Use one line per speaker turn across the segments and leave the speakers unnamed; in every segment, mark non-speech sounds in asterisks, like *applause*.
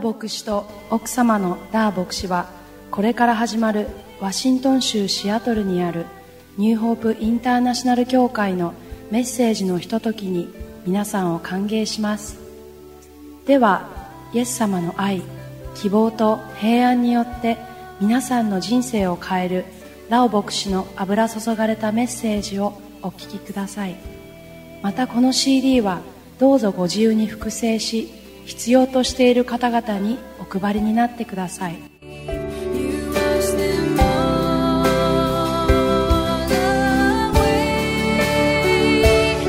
牧師と奥様のダー牧師はこれから始まるワシントン州シアトルにあるニューホープインターナショナル協会のメッセージのひとときに皆さんを歓迎しますではイエス様の愛希望と平安によって皆さんの人生を変えるラオ牧師の油注がれたメッセージをお聞きくださいまたこの CD はどうぞご自由に複製し必要としている方々にお配りになってください
You wash them all away at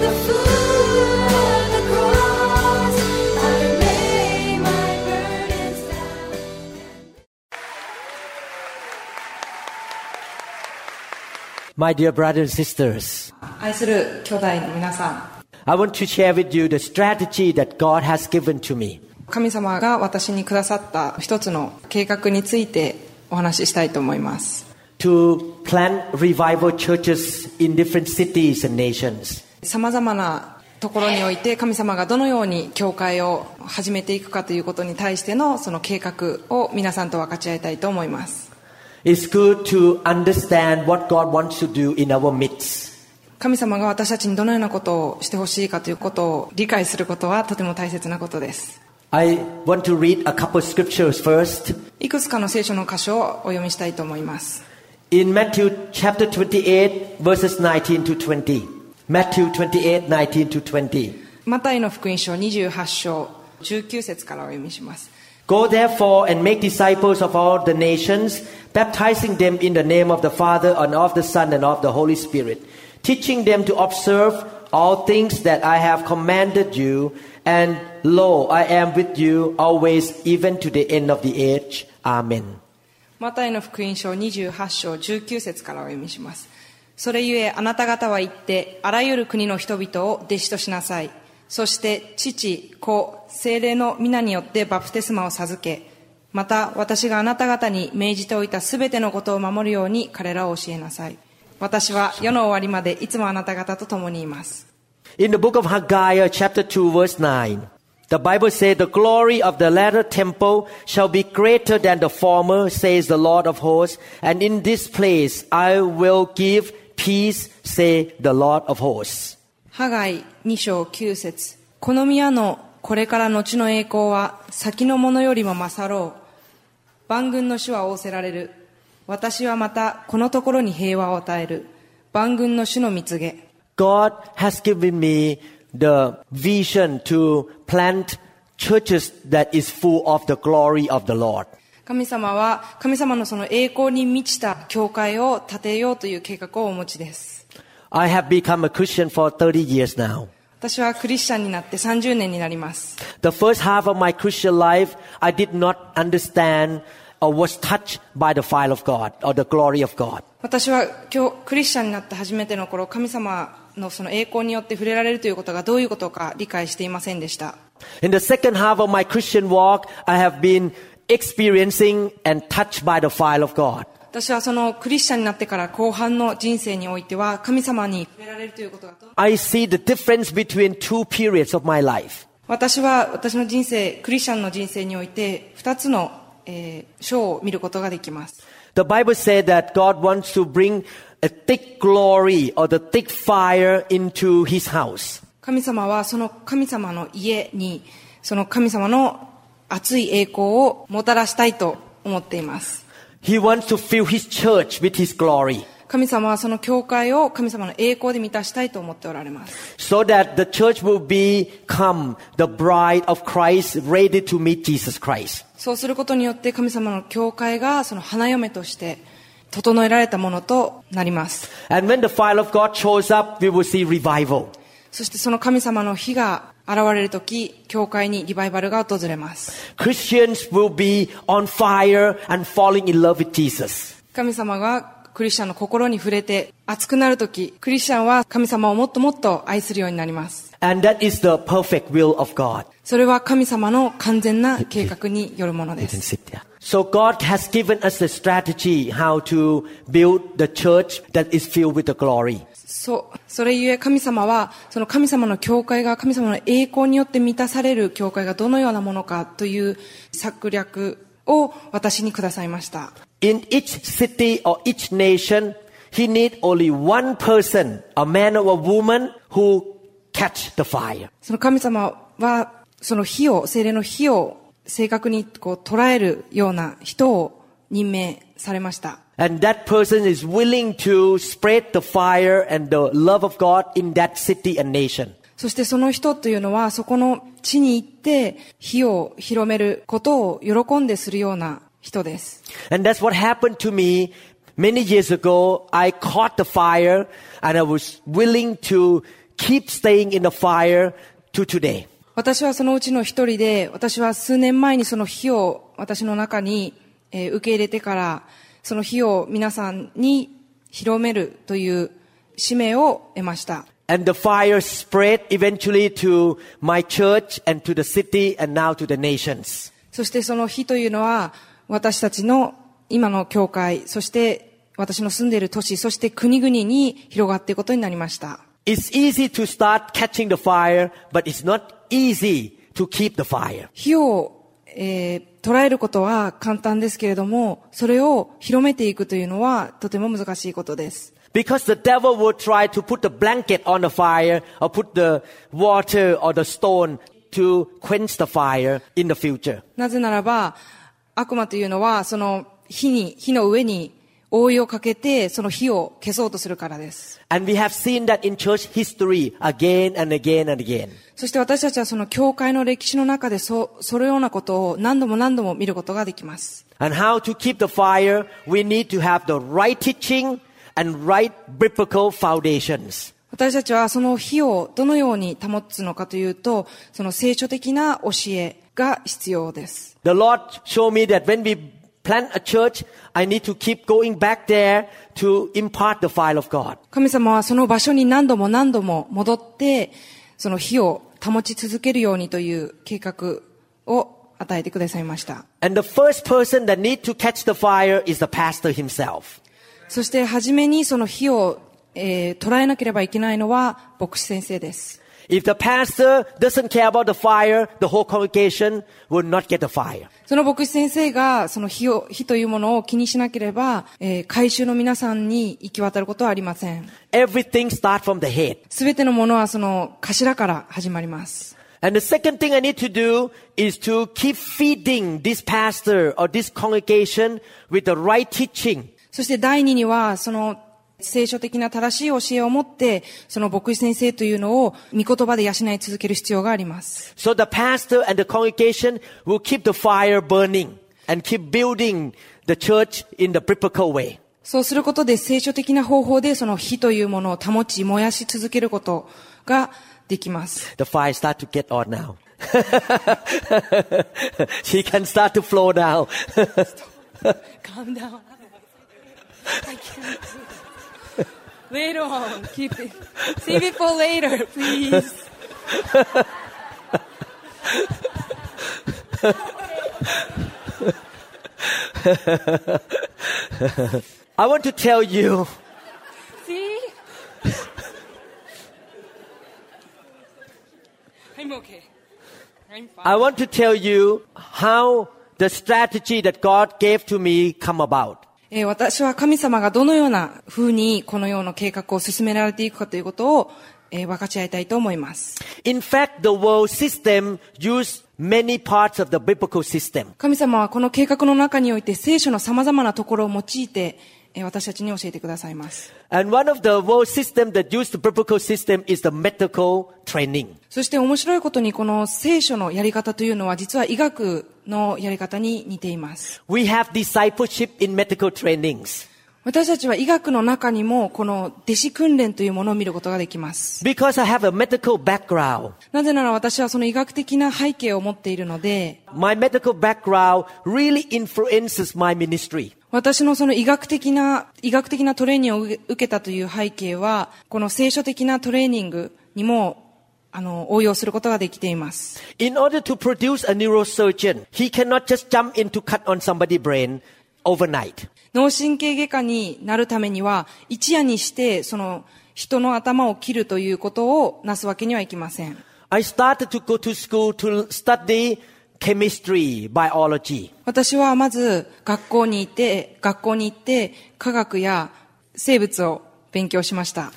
the foot of the cross. I lay my burdens down.
My dear brothers and sisters,
愛する兄弟の皆さん
I want to share with you the strategy that God has given to me.
神様が私にくださった一つの計画についてお話ししたいと思います
to plant revival churches in different cities and nations.
さまざまなところにおいて神様がどのように教会を始めていくかということに対してのその計画を皆さんと分かち合いたいと思います
It's good to understand what God wants to do in our midst.
神様が私たちにどのようなことをしてほしいかということを理解することはとても大切なことです
I want to read a couple scriptures first.
いくつかの聖書の箇所をお読みしたいと思います
In Matthew chapter 28 verses 19 to 20. Matthew 28 19 to 20.
マタイの福音書28章19節からお読みします
Go therefore and make disciples of all the nations, baptizing them in the name of the Father and of the Son and of the Holy Spirit, teaching them to observe all things that I have commanded you. And lo, I am with you always, even to the end of the age. Amen.
マタイの福音書28章19節からお読みします。それゆえあなた方は行って、あらゆる国の人々を弟子としなさい。そして、父、子、精霊の皆によってバプテスマを授け、また私があなた方に命じておいたすべてのことを守るように彼らを教えなさい。私は世の終わりまでいつもあなた方と共にいます。
In the book of Haggai, uh, chapter 2, verse 9, the Bible says, The glory of the latter temple shall be greater than the former, says the Lord of hosts, and in this place I will give peace, say the Lord of hosts.
ハガイ2章9節この宮のこれから後の栄光は先のものよりも勝ろう。万軍の主は仰せられる。私はまたこのところに平和を与える。万軍の主の蜜げ。
God has given me the vision to plant churches that is full of the glory of the Lord.
神様は神様のその栄光に満ちた教会を建てようという計画をお持ちです。
I have become a Christian for 30 years now.
私はクリスチャンになって30年になります。
The first half of my Christian life, I did not understand or was touched by the fire of God or the glory of God.
私は今日クリスチャンになって初めての頃、神様のその栄光によって触れられるということがどういうことか理解していませんでした。
In the second half of my Christian walk, I have been experiencing and touched by the fire of God.
私はそのクリスチャンになってから後半の人生においては神様に触れられるということがどう
I see the difference between two periods of my life.
私は私の人生クリスチャンの人生において2つの、えー章を見ることができます
The Bible says that God wants to bring a thick glory or the thick fire into his house.
神様はその神様の家にその神様の熱い栄光をもたらしたいと思っています
He wants to fill his church with his glory.
神様はその教会を神様の栄光で満たしたいと思っておられます
so that the church will become the bride of Christ ready to meet Jesus Christ.
そうすることによって神様の教会がその花嫁として整えられたものとなります
And when the fire of God shows up, we will see revival.
そしてその神様の火が現れるとき、教会にリバイバルが訪れます。
Christians will be on fire and falling in love with Jesus.
神様がクリスチャンの心に触れて熱くなるとき、クリスチャンは神様をもっともっと愛するようになります。
And that is the perfect will of God.
それは神様の完全な計画によるもので
You can
す。
sit there. So God has given us the strategy how to build the church that is filled with the glory.
そう。それゆえ神様は、その神様の教会が神様の栄光によって満たされる教会がどのようなものかという策略を私にくださいました。
In each city or each nation, he need only one person, a man or a woman, who catch the fire.
その神様は、その火を、精霊の火を正確にこう捉えるような人を任命されました。
And that person is willing to spread the fire and the love of God in that city and nation.
そしてその人というのは、そこの地に行って火を広めることを喜んでするような人です。
And that's what happened to me many years ago. I caught the fire and I was willing to keep staying in the fire to today.
私はそのうちの一人で、私は数年前にその火を私の中に、えー受け入れてから、その火を皆さんに広めるという使命を得ました。
And the fire spread eventually to my church and to the city and now to the nations.
そしてその火というのは、私たちの今の教会、そして私の住んでいる都市、そして国々に広がっていくことになりました。
It's easy to start catching the fire, but it's not easy to keep the fire.
火を、えー捉えることは簡単ですけれども、それを広めていくというのはとても難しいことです。
Because the devil will try to put the blanket on the fire or put the water or the stone to quench the fire in the future.
なぜならば、悪魔というのは、その火に、火の上に覆いをかけて、その火を消そうとするからです。
And we have seen that in church history again and again and again.
そして私たちはその教会の歴史の中でそ、そのようなことを何度も何度も見ることができます。
And how to keep the fire, we need to have the right teaching and right biblical foundations.
私たちはその火をどのように保つのかというと、その聖書的な教えが必要です。
The Lord showed me that when we plant a church, I need to keep going back there to impart the fire of God.
神様はその場所に何度も何度も戻って、その火を保ち続けるようにという計画を与えてくださいました。
And the first person that need to catch the fire is the pastor himself.
そして初めにその火を、えー捉えなければいけないのは牧師先生です。
If the pastor doesn't care about the fire, the whole congregation will not get the fire.
その牧師先生がその火を、火というものを気にしなければ、えー回収の皆さんに行き渡ることはありません。
Everything starts from the head.
すべてのものはその頭から始まります。
And the second thing I need to do is to keep feeding this pastor or this congregation with the right teaching.
そして第二には、その聖書的な正しい教えを持って、その牧師先生というのを御言葉で養い続ける必要があります。
So the pastor and the congregation will keep the fire burning and keep building the church in the biblical way.
そうすることで聖書的な方法でその火というものを保ち、燃やし続けることができます。
The fire start to get on now. *laughs* she can start to flow now. *laughs*
Calm down. Later on, keep it. Save it for later, please.
I want to tell you
See? I'm okay. I'm fine.
I want to tell you how the strategy that God gave to me come about.
えー私は神様がどのような風にこのような計画を進められていくかということを、えー分かち合いたいと思います。
In fact, the world system used many parts of the biblical system.
神様はこの計画の中において聖書の様々なところを用いて、えー私たちに教えてくださいます。
And one of the world system that used the biblical system is the medical training.
そして面白いことにこの聖書のやり方というのは実は医学のやり方に似ています。
We have discipleship in medical trainings
私たちは医学の中にもこの弟子訓練というものを見ることができます。
because I have a medical background.
なぜなら私はその医学的な背景を持っているので、
My medical background really influences my ministry.
私のその医学的な、医学的なトレーニングを受け受けたという背景は、この聖書的なトレーニングにも、あの、応用することができています。
In order to produce a neurosurgeon, he cannot just jump in to cut on somebody's brain overnight.
脳神経外科になるためには、一夜にして、その、人の頭を切るということをなすわけにはいきません。
I started to go to school to study chemistry, biology.
私はまず学校にいて、学校に行って科学や生物を勉強しました。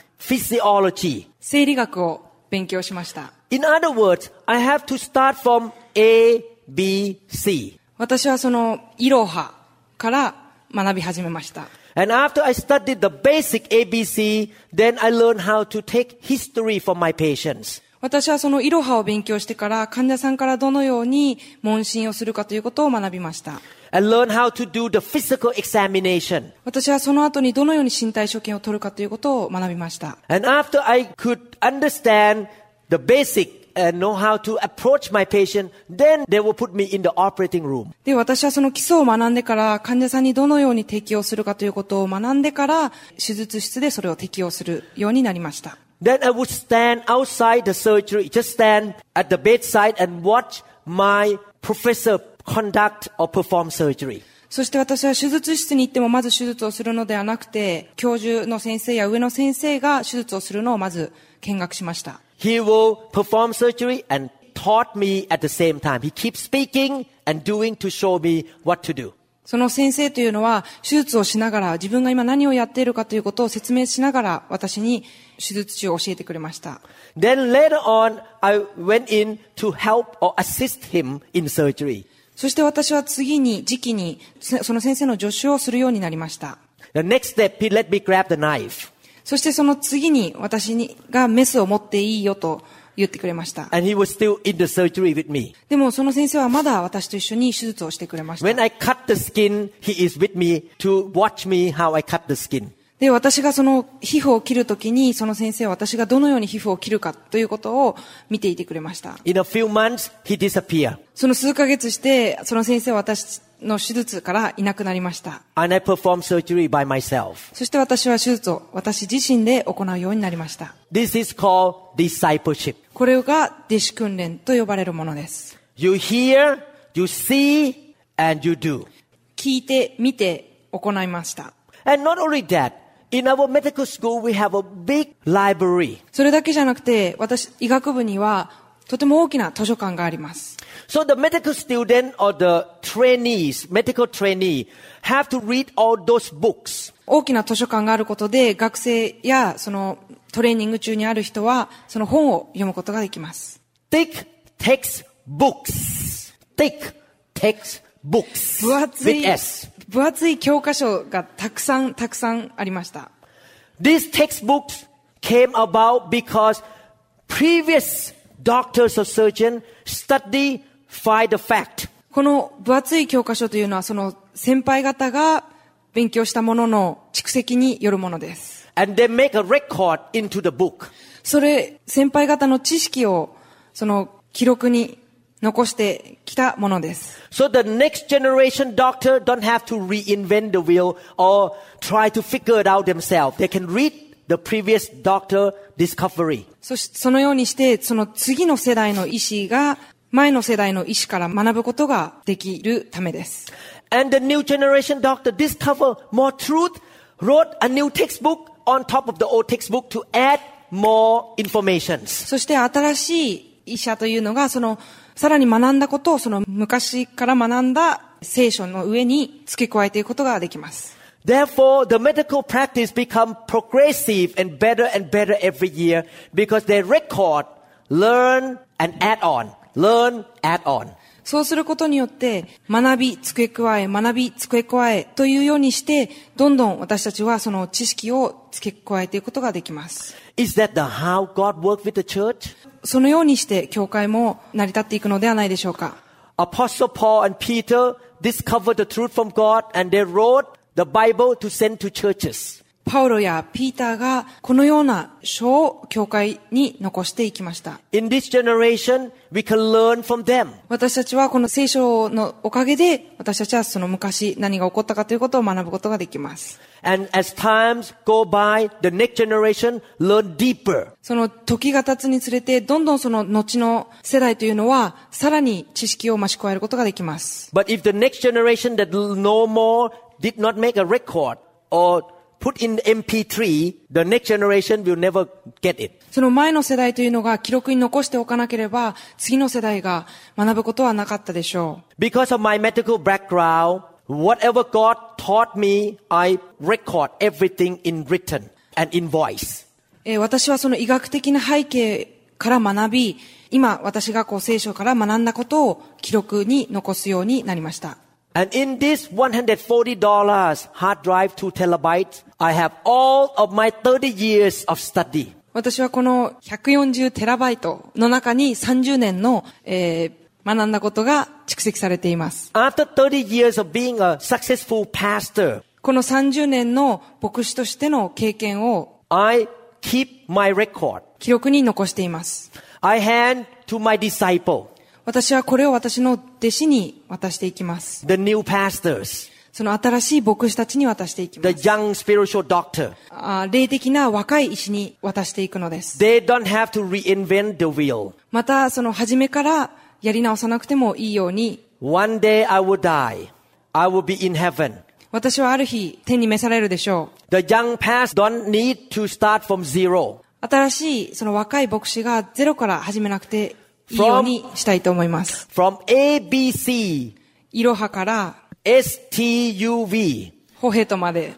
physiology.
生理学を勉強しました。
In other words, I have to start from A, B, C.
私はそのイロハから学び始めました。
And after I studied the basic ABC, then I learned how to take history from my patients.
私はそのイロハを勉強してから患者さんからどのように問診をするかということを学びました。
And learn how to do the physical examination.
私はその後にどのように身体所見を取るかということを学びました。
And after I could understand the basic and know how to approach my patient, then they will put me in the operating room.
で、私はその基礎を学んでから患者さんにどのように適用するかということを学んでから手術室でそれを適用するようになりました。
Then I would stand outside the surgery, just stand at the bedside and watch my professor conduct or perform surgery.
そして私は手術室に行ってもまず手術をするのではなくて、教授の先生や上の先生が手術をするのをまず見学しました。
He will perform surgery and taught me at the same time. He keeps speaking and doing to show me what to do.
その先生というのは手術をしながら自分が今何をやっているかということを説明しながら私に手術中を教えてくれました。
Then later on, I went in to help or assist him in surgery.
そして私は次に、時期に、せその先生の助手をするようになりました。
The next step, he let me grab the knife
そしてその次に私にがメスを持っていいよと言ってくれました。
and he was still in the surgery with me.
でもその先生はまだ私と一緒に手術をしてくれました
When。I cut the skin, he is with me to watch me how I cut the skin.
で、私がその皮膚を切るときに、その先生は私がどのように皮膚を切るかということを見ていてくれました。
In a few months, he disappeared.
その数ヶ月して、その先生は私の手術からいなくなりました。
And I performed surgery by myself.
そして私は手術を私自身で行うようになりました。
This is called discipleship.
これが弟子訓練と呼ばれるものです。
You hear, you see, and you do.
聞いて、見て、行いました。
And not only that, in our medical school, we have a big library.
それだけじゃなくて、私、医学部にはとても大きな図書館があります。
So the medical student or the trainees, medical trainee, have to read all those books.
大きな図書館があることで、学生やそのトレーニング中にある人は、その本を読むことができます。
Thick text books. Thick text books.
分厚
With
い
S.、
分厚い教科書がたくさんたくさんありました。
These textbooks came about because previous doctors or surgeons study find the fact.
この分厚い教科書というのは、その先輩方が勉強したものの蓄積によるものです。
And they make a record into the book.
それ、先輩方の知識を、その記録に残してきたものです。
So the next generation doctor don't have to reinvent the wheel or try to figure it out themselves. They can read the previous doctor discovery.
そし、そのようにして、その次の世代の医師が、前の世代の医師から学ぶことができるためです。
And the new generation doctor discover more truth, wrote a new textbook on top of the old textbook to add more informations.
そして新しい医者というのが、その、さらに学んだことを、その昔から学んだ聖書の上に付け加えていくことができます。
Therefore, the medical practice become progressive and better and better every year because they record, learn, and add on. Learn, add on.
そうすることによって、学び、付け加え、学び、付け加えというようにして、どんどん私たちはその知識を付け加えていくことができます。
Is that the how God worked with the church?
そのようにして、教会も成り立っていくのではないでしょうか。
Apostle Paul and Peter discovered the truth from God and they wrote the Bible to send to churches.
パウロやピーターがこのような書を教会に残していきました。
In this generation, we can learn from them.
私たちはこの聖書のおかげで私たちはその昔何が起こったかということを学ぶことができます。
And as times go by, the next generation learn deeper.
その時が経つにつれてどんどんその後の世代というのはさらに知識を増し加えることができます。
But if the next generation that know more did not make a record or put in MP3, the next generation will never get it.
その前の世代というのが記録に残しておかなければ、次の世代が学ぶことはなかったでしょう。
Because of my medical background, whatever God taught me, I record everything in written and in voice.
えー私はその医学的な背景から学び、今私がこう聖書から学んだことを記録に残すようになりました。
And in this $140 hard drive, 2 terabytes, I have all of my 30 years of study.
私はこの140テラバイトの中に30年の、えー学んだことが蓄積されています。
After 30 years of being a successful pastor,
この30年の牧師としての経験を
I keep my record.
記録に残しています。
I hand to my disciple,
私はこれを私の弟子に渡していきます。
the new pastors,
その新しい牧師たちに渡していきま
the
す。
young spiritual doctor.
あー霊的な若い医師に渡していくのです。
They don't have to reinvent the wheel.
また、その初めからやり直さなくてもいいように、
One day I will die. I will be in heaven.
私はある日天に召されるでしょう。
The young pastors don't need to start from zero.
新しいその若い牧師がゼロから始めなくていいようにしたいと思います。
From A, B, C,
いろはから
S, T, U, V
ホヘトまで、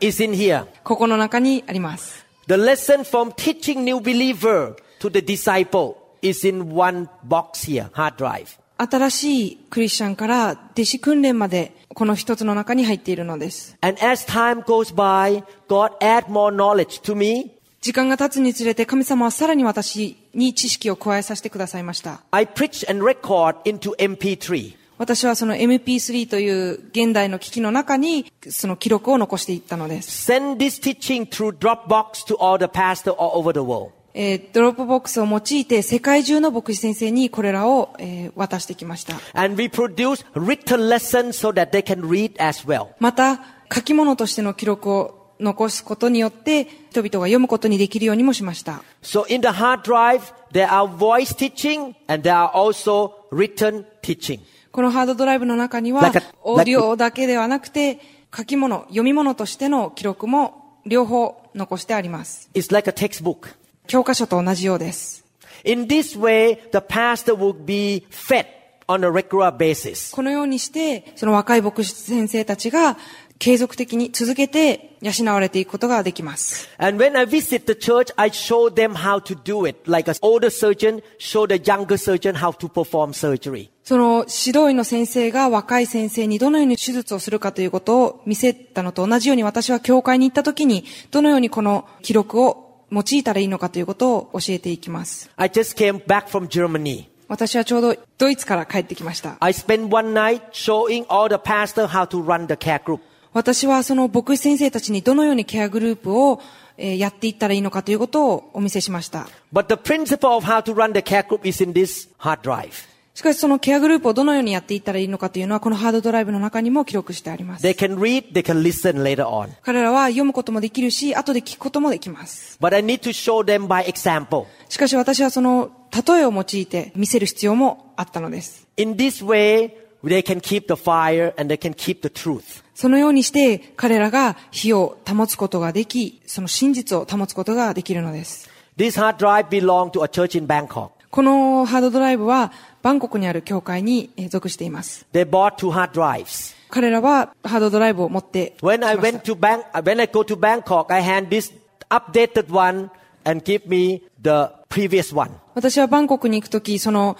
is in here.
ここの中にあります。
The lesson from teaching new believer to the disciple is in one box here, hard drive.
新しいクリスチャンから弟子訓練まで、この一つの中に入っているのです。
And as time goes by, God add more knowledge to me.
時間が経つにつれて神様はさらに私に知識を加えさせてくださいました。
I preach and record into MP3.
私はその MP3 という現代の機器の中にその記録を残していったのです。
Send this teaching through Dropbox to all the pastors all over the world.
えードロップボックスを用いて世界中の牧師先生にこれらを、えー渡してきました。
And we produce written lessons so that they can read as well.
また書き物としての記録を残すことによって人々が読むことにできるようにもしました。
So in the hard drive, there are voice teaching and there are also written teaching.
このハードドライブの中には
Like a-
オーディオだけではなくて書き物、読み物としての記録も両方残してあります。
It's like a textbook.
教科書と同じようです。
In this way, the pastor will be fed on a regular basis.
このようにして、その若い牧師先生たちが継続的に続けて養われていくことができます。
And when I visit the church, I show them how to do it. Like an older surgeon show the younger surgeon how to perform surgery.
その指導医の先生が若い先生にどのように手術をするかということを見せたのと同じように私は教会に行った時にどのようにこの記録を用いたらいいのかということを教えていきます。
I just came back from Germany.
私はちょうどドイツから帰ってきました。
I spent one night showing all the pastor how to run the care group.
私はその牧師先生たちにどのようにケアグループをえーやっていったらいいのかということをお見せしました。
But the principle of how to run the care group is in this hard drive.
しかしそのケアグループをどのようにやっていったらいいのかというのはこのハードドライブの中にも記録してあります
They。can read, they can listen later on.
彼らは読むこともできるし、後で聞くこともできます。
But I need to show them by example.
しかし私はその例えを用いて見せる必要もあったのです。
In this way, they can keep the fire and they can keep the truth.
そのようにして彼らが火を保つことができ、その真実を保つことができるのです。
This hard drive belongs to a church in Bangkok.
このハードドライブはバンコクにある教会にえー属しています。
They bought two hard drives.
彼らはハードドライブを持ってきま
When I
し
went
た。
to Bang, uh, when I go to Bangkok, I hand this updated one and give me the previous one.
私はバンコクに行くとき、その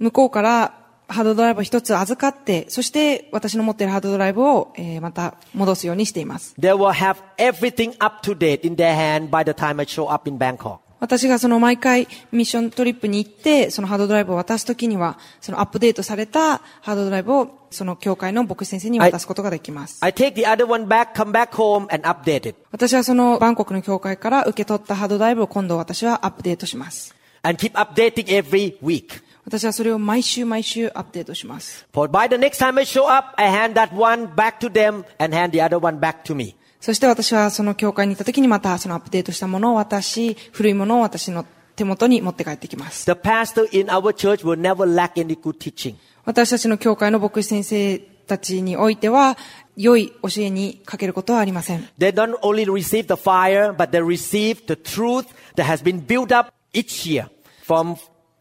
向こうからハードドライブを一つ預かって、そして私の持っているハードドライブを、えーまた戻すようにしています。
They will have everything up to date in their hand by the time I show up in Bangkok.
私がその毎回ミッショントリップに行って、そのハードドライブを渡すときには、そのアップデートされたハードドライブをその教会の牧師先生に渡すことができます。
I take the other one back, come back home and update it.
私はそのバンコクの教会から受け取ったハードドライブを今度私はアップデートします。
and keep updating every week.
私はそれを毎週毎週アップデートします。
For by the next time I show up, I hand that one back to them and hand the other one back to me.
そして私はその教会に行った時にまたそのアップデートしたものを渡し、古いものを私の手元に持って帰ってきます。
The pastor in our church will never lack any good teaching.
私たちの教会の牧師先生たちにおいては、良い教えにかけることはありません。
They don't only receive the fire, but they receive the truth that has been built up each year from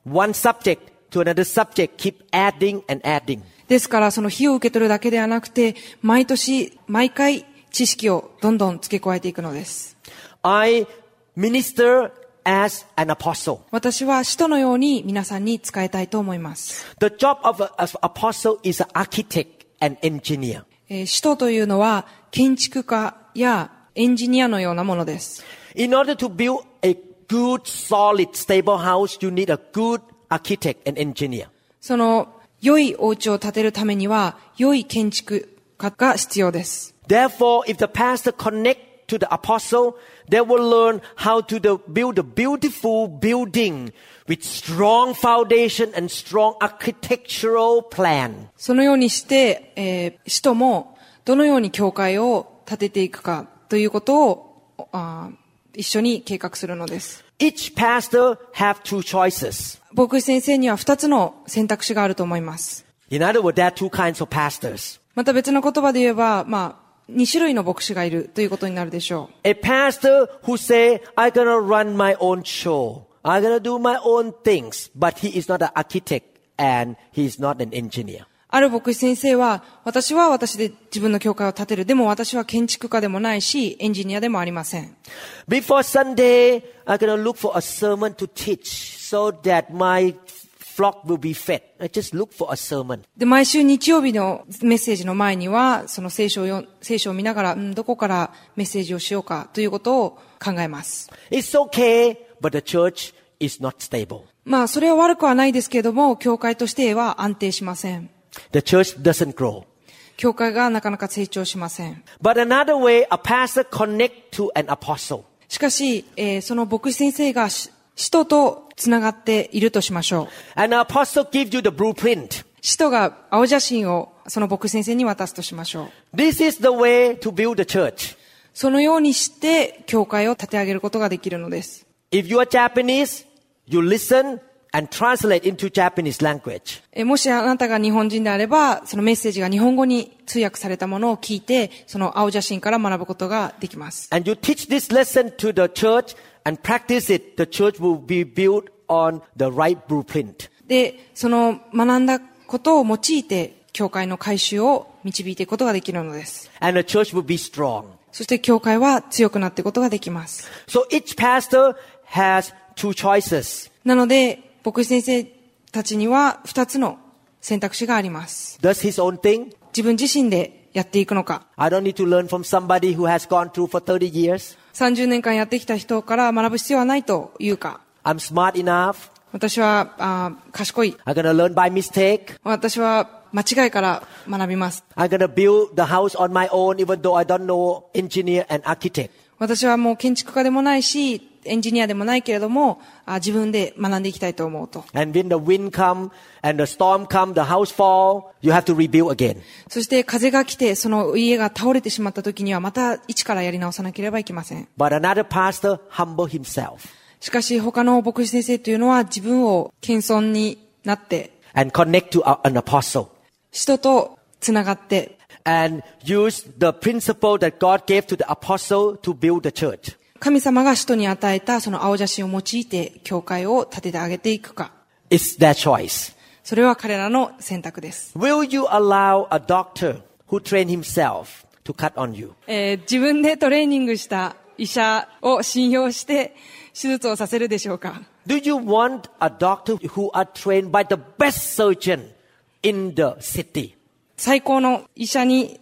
one subject to another subject, keep adding and adding.
ですから、その火を受け取るだけではなくて、毎年、毎回、知識をどんどん付け加えていくのです。
I minister as an apostle.
私は使徒のように皆さんに使いたいと思います。
The job of an apostle is an architect and engineer.
えー使徒というのは建築家やエンジニアのようなものです。
In order to build a good, solid, stable house, you need a good architect and engineer.
その良いお家を建てるためには良い建築家が必要です。
Therefore, if the pastor connect to the apostle, they will learn how to the- build a beautiful building with strong foundation and strong architectural plan.
そのようにして、えー使徒もどのように教会を建てていくかということをあー一緒に計画するのです。
Each pastor have two choices.
牧師先生には二つの選択肢があると思います。
In other words, there are two kinds of pastors.
また別の言葉で言えば、まあ、二種類の牧師がいるということになるでしょう。
A pastor who say, I'm gonna run my own show. I'm gonna do my own things. But he is not an architect and he is not an engineer.
ある牧師先生は、私は私で自分の教会を建てる。でも私は建築家でもないし、エンジニアでもありません。
Before Sunday, I'm going to look for a sermon to teach so that my flock will be fed. I just look for a sermon.
で、毎週日曜日のメッセージの前には、その聖書を読ん聖書を見ながら、うん、どこからメッセージをしようかということを考えます。
It's okay, but the church is not stable.
まあ、それは悪くはないですけれども、教会としては安定しません。
The church doesn't grow.
教会がなかなか成長しません。
But another way, a pastor connect to an apostle.
しかし、えーその牧師先生がし使徒とつながっているとしましょう。
An apostle gives you the blueprint.
使徒が青写真をその牧師先生に渡すとしましょう。
This is the way to build the church.
そのようにして、教会を立て上げることができるのです。
If you are Japanese, you listen and translate into Japanese language.
えもしあなたが日本人であれば、そのメッセージが日本語に通訳されたものを聞いて、その青写真から学ぶことができます。
and you teach this lesson to the church and practice it, the church will be built on the right blueprint.
で、その学んだことを用いて、教会の改修を導いていくことができるのです。
And the church will be strong.
そして教会は強くなっていくことができます。
So each pastor has two choices.
なので、牧師先生たちには二つの選択肢があります。
Does his own thing.
自分自身でやっていくのか、
I don't need to learn from somebody who has gone through for 30 years.
30年間やってきた人から学ぶ必要はないというか、
I'm smart enough.
私は、あー賢い。
I'm gonna learn by mistake.
私は、間違いから学びます。
I'm gonna build the house on my own even though I don't know engineer and architect.
私はもう建築家でもないし、エンジニアでもないけれども、あー自分で学んでいきたいと思うと。
And when the wind come and the storm come, the house fall, you have to rebuild again.
そして風が来て、その家が倒れてしまった時には、また一からやり直さなければいけません。
But another pastor humble himself
しかし、他の牧師先生というのは、自分を謙遜になって、
and connect to a- an apostle
人と繋がって、
and use the principle that God gave to the apostle to build the church.
神様が人に与えたその青写真を用いて、教会を立ててあげていくか。
It's their choice.
それは彼らの選択です。
Will you allow a doctor who trained himself to cut on you?
えー自分でトレーニングした医者を信用して手術をさせるでしょうか
Do you want a doctor who are trained by the best surgeon in the city?
最高の医者に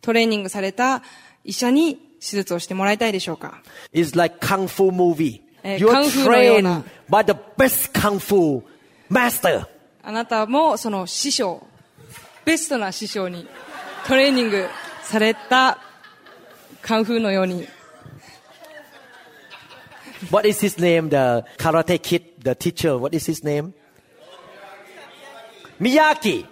トレーニングされた医者に手術をしてもらいたいでしょうか
It's like kung fu movie.
えー、
You're
カンフーのような。
trained by the best kung fu master.
あなたもその師匠、ベストな師匠にトレーニングされたカンフーのように
What is his name? The karate kid, the teacher. What is his name? Miyaki.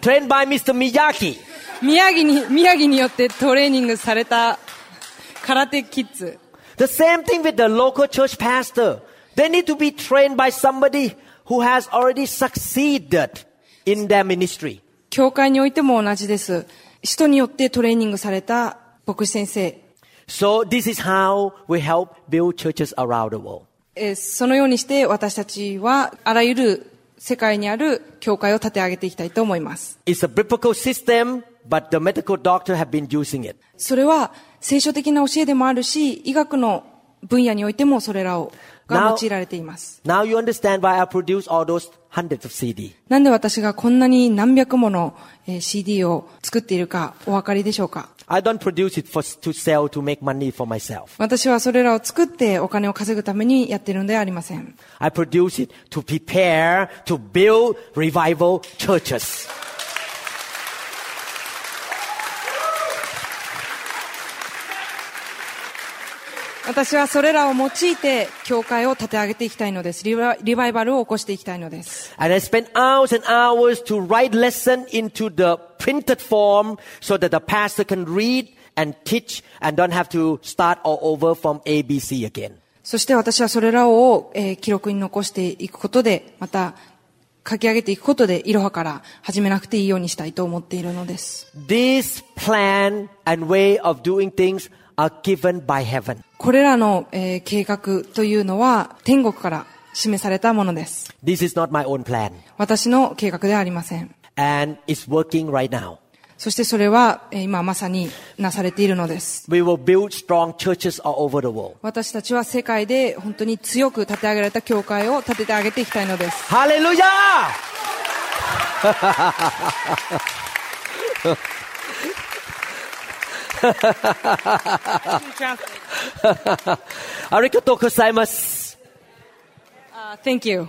Trained by Mr. Miyaki.
宮城に、宮城によってトレーニングされた空手キッズ。
The same thing with the local church pastor. They need to be trained by somebody who has already succeeded in their ministry.
教会においても同じです。人によってトレーニングされた牧師先生、
So this is how we help build churches around the world.
えーそのようにして私たちはあらゆる世界にある教会を立て上げていきたいと思います。
It's a biblical system, but the medical doctor have been using it.
それは聖書的な教えでもあるし、医学の分野においてもそれらをが
Now-
用いられています。
Now you understand why I produce all those hundreds of CD.
なんで私がこんなに何百ものえー CD を作っているかお分かりでしょうか
I don't produce it for, to sell to make money for myself.
私はそれらを作ってお金を稼ぐためにやっているのではありません。
I produce it to prepare to build revival churches.
私はそれらを用いて教会を立て上げていきたいのです。リバリバイバルを起こしていきたいのです。
And I spend hours and hours to write lesson into the printed form so that the pastor can read and teach and don't have to start all over from ABC again.
そして私はそれらを、えー記録に残していくことで、また書き上げていくことで、いろはから始めなくていいようにしたいと思っているのです。
This plan and way of doing things are given by heaven.
これらの、えー計画というのは天国から示されたものです。
This is not my own plan.
私の計画ではありません。
And it's working right now.
そしてそれは、えー今まさになされているのです。
We will build strong churches all over the world.
私たちは世界で本当に強く立て上げられた教会を立ててあげていきたいのです。
Hallelujah! Arigato gozaimasu.
Thank you.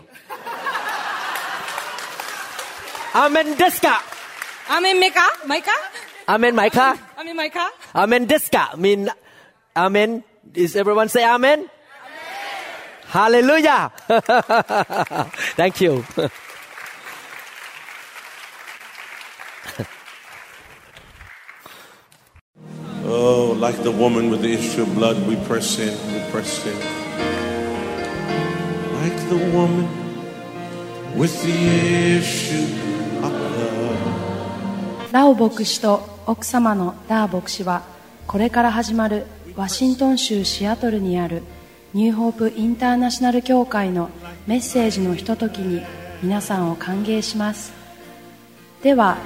Amen desu ka?
アメン *laughs* メカマイカ
Amen mai ka?
アメンマイカ
Amen desu ka? Mean Amen. Is everyone say Amen? Hallelujah. *laughs* Thank you.
Oh, like the woman with the issue of blood, we press in, we press in. Like the woman with the issue of blood.
ラオ牧師と奥様のダー牧師はこれから始まるワシントン州シアトルにあるニューホープインターナショナル協会のメッセージのひとときに皆さんを歓迎しますでは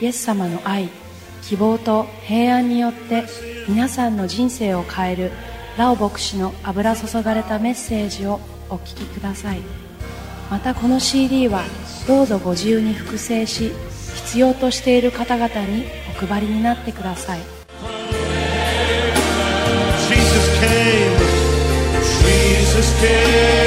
イエス様の愛希望と平安によって皆さんの人生を変えるラオ牧師の油注がれたメッセージをお聞きくださいまたこの CD はどうぞご自由に複製し必要としている方々にお配りになってください
Jesus came, Jesus came.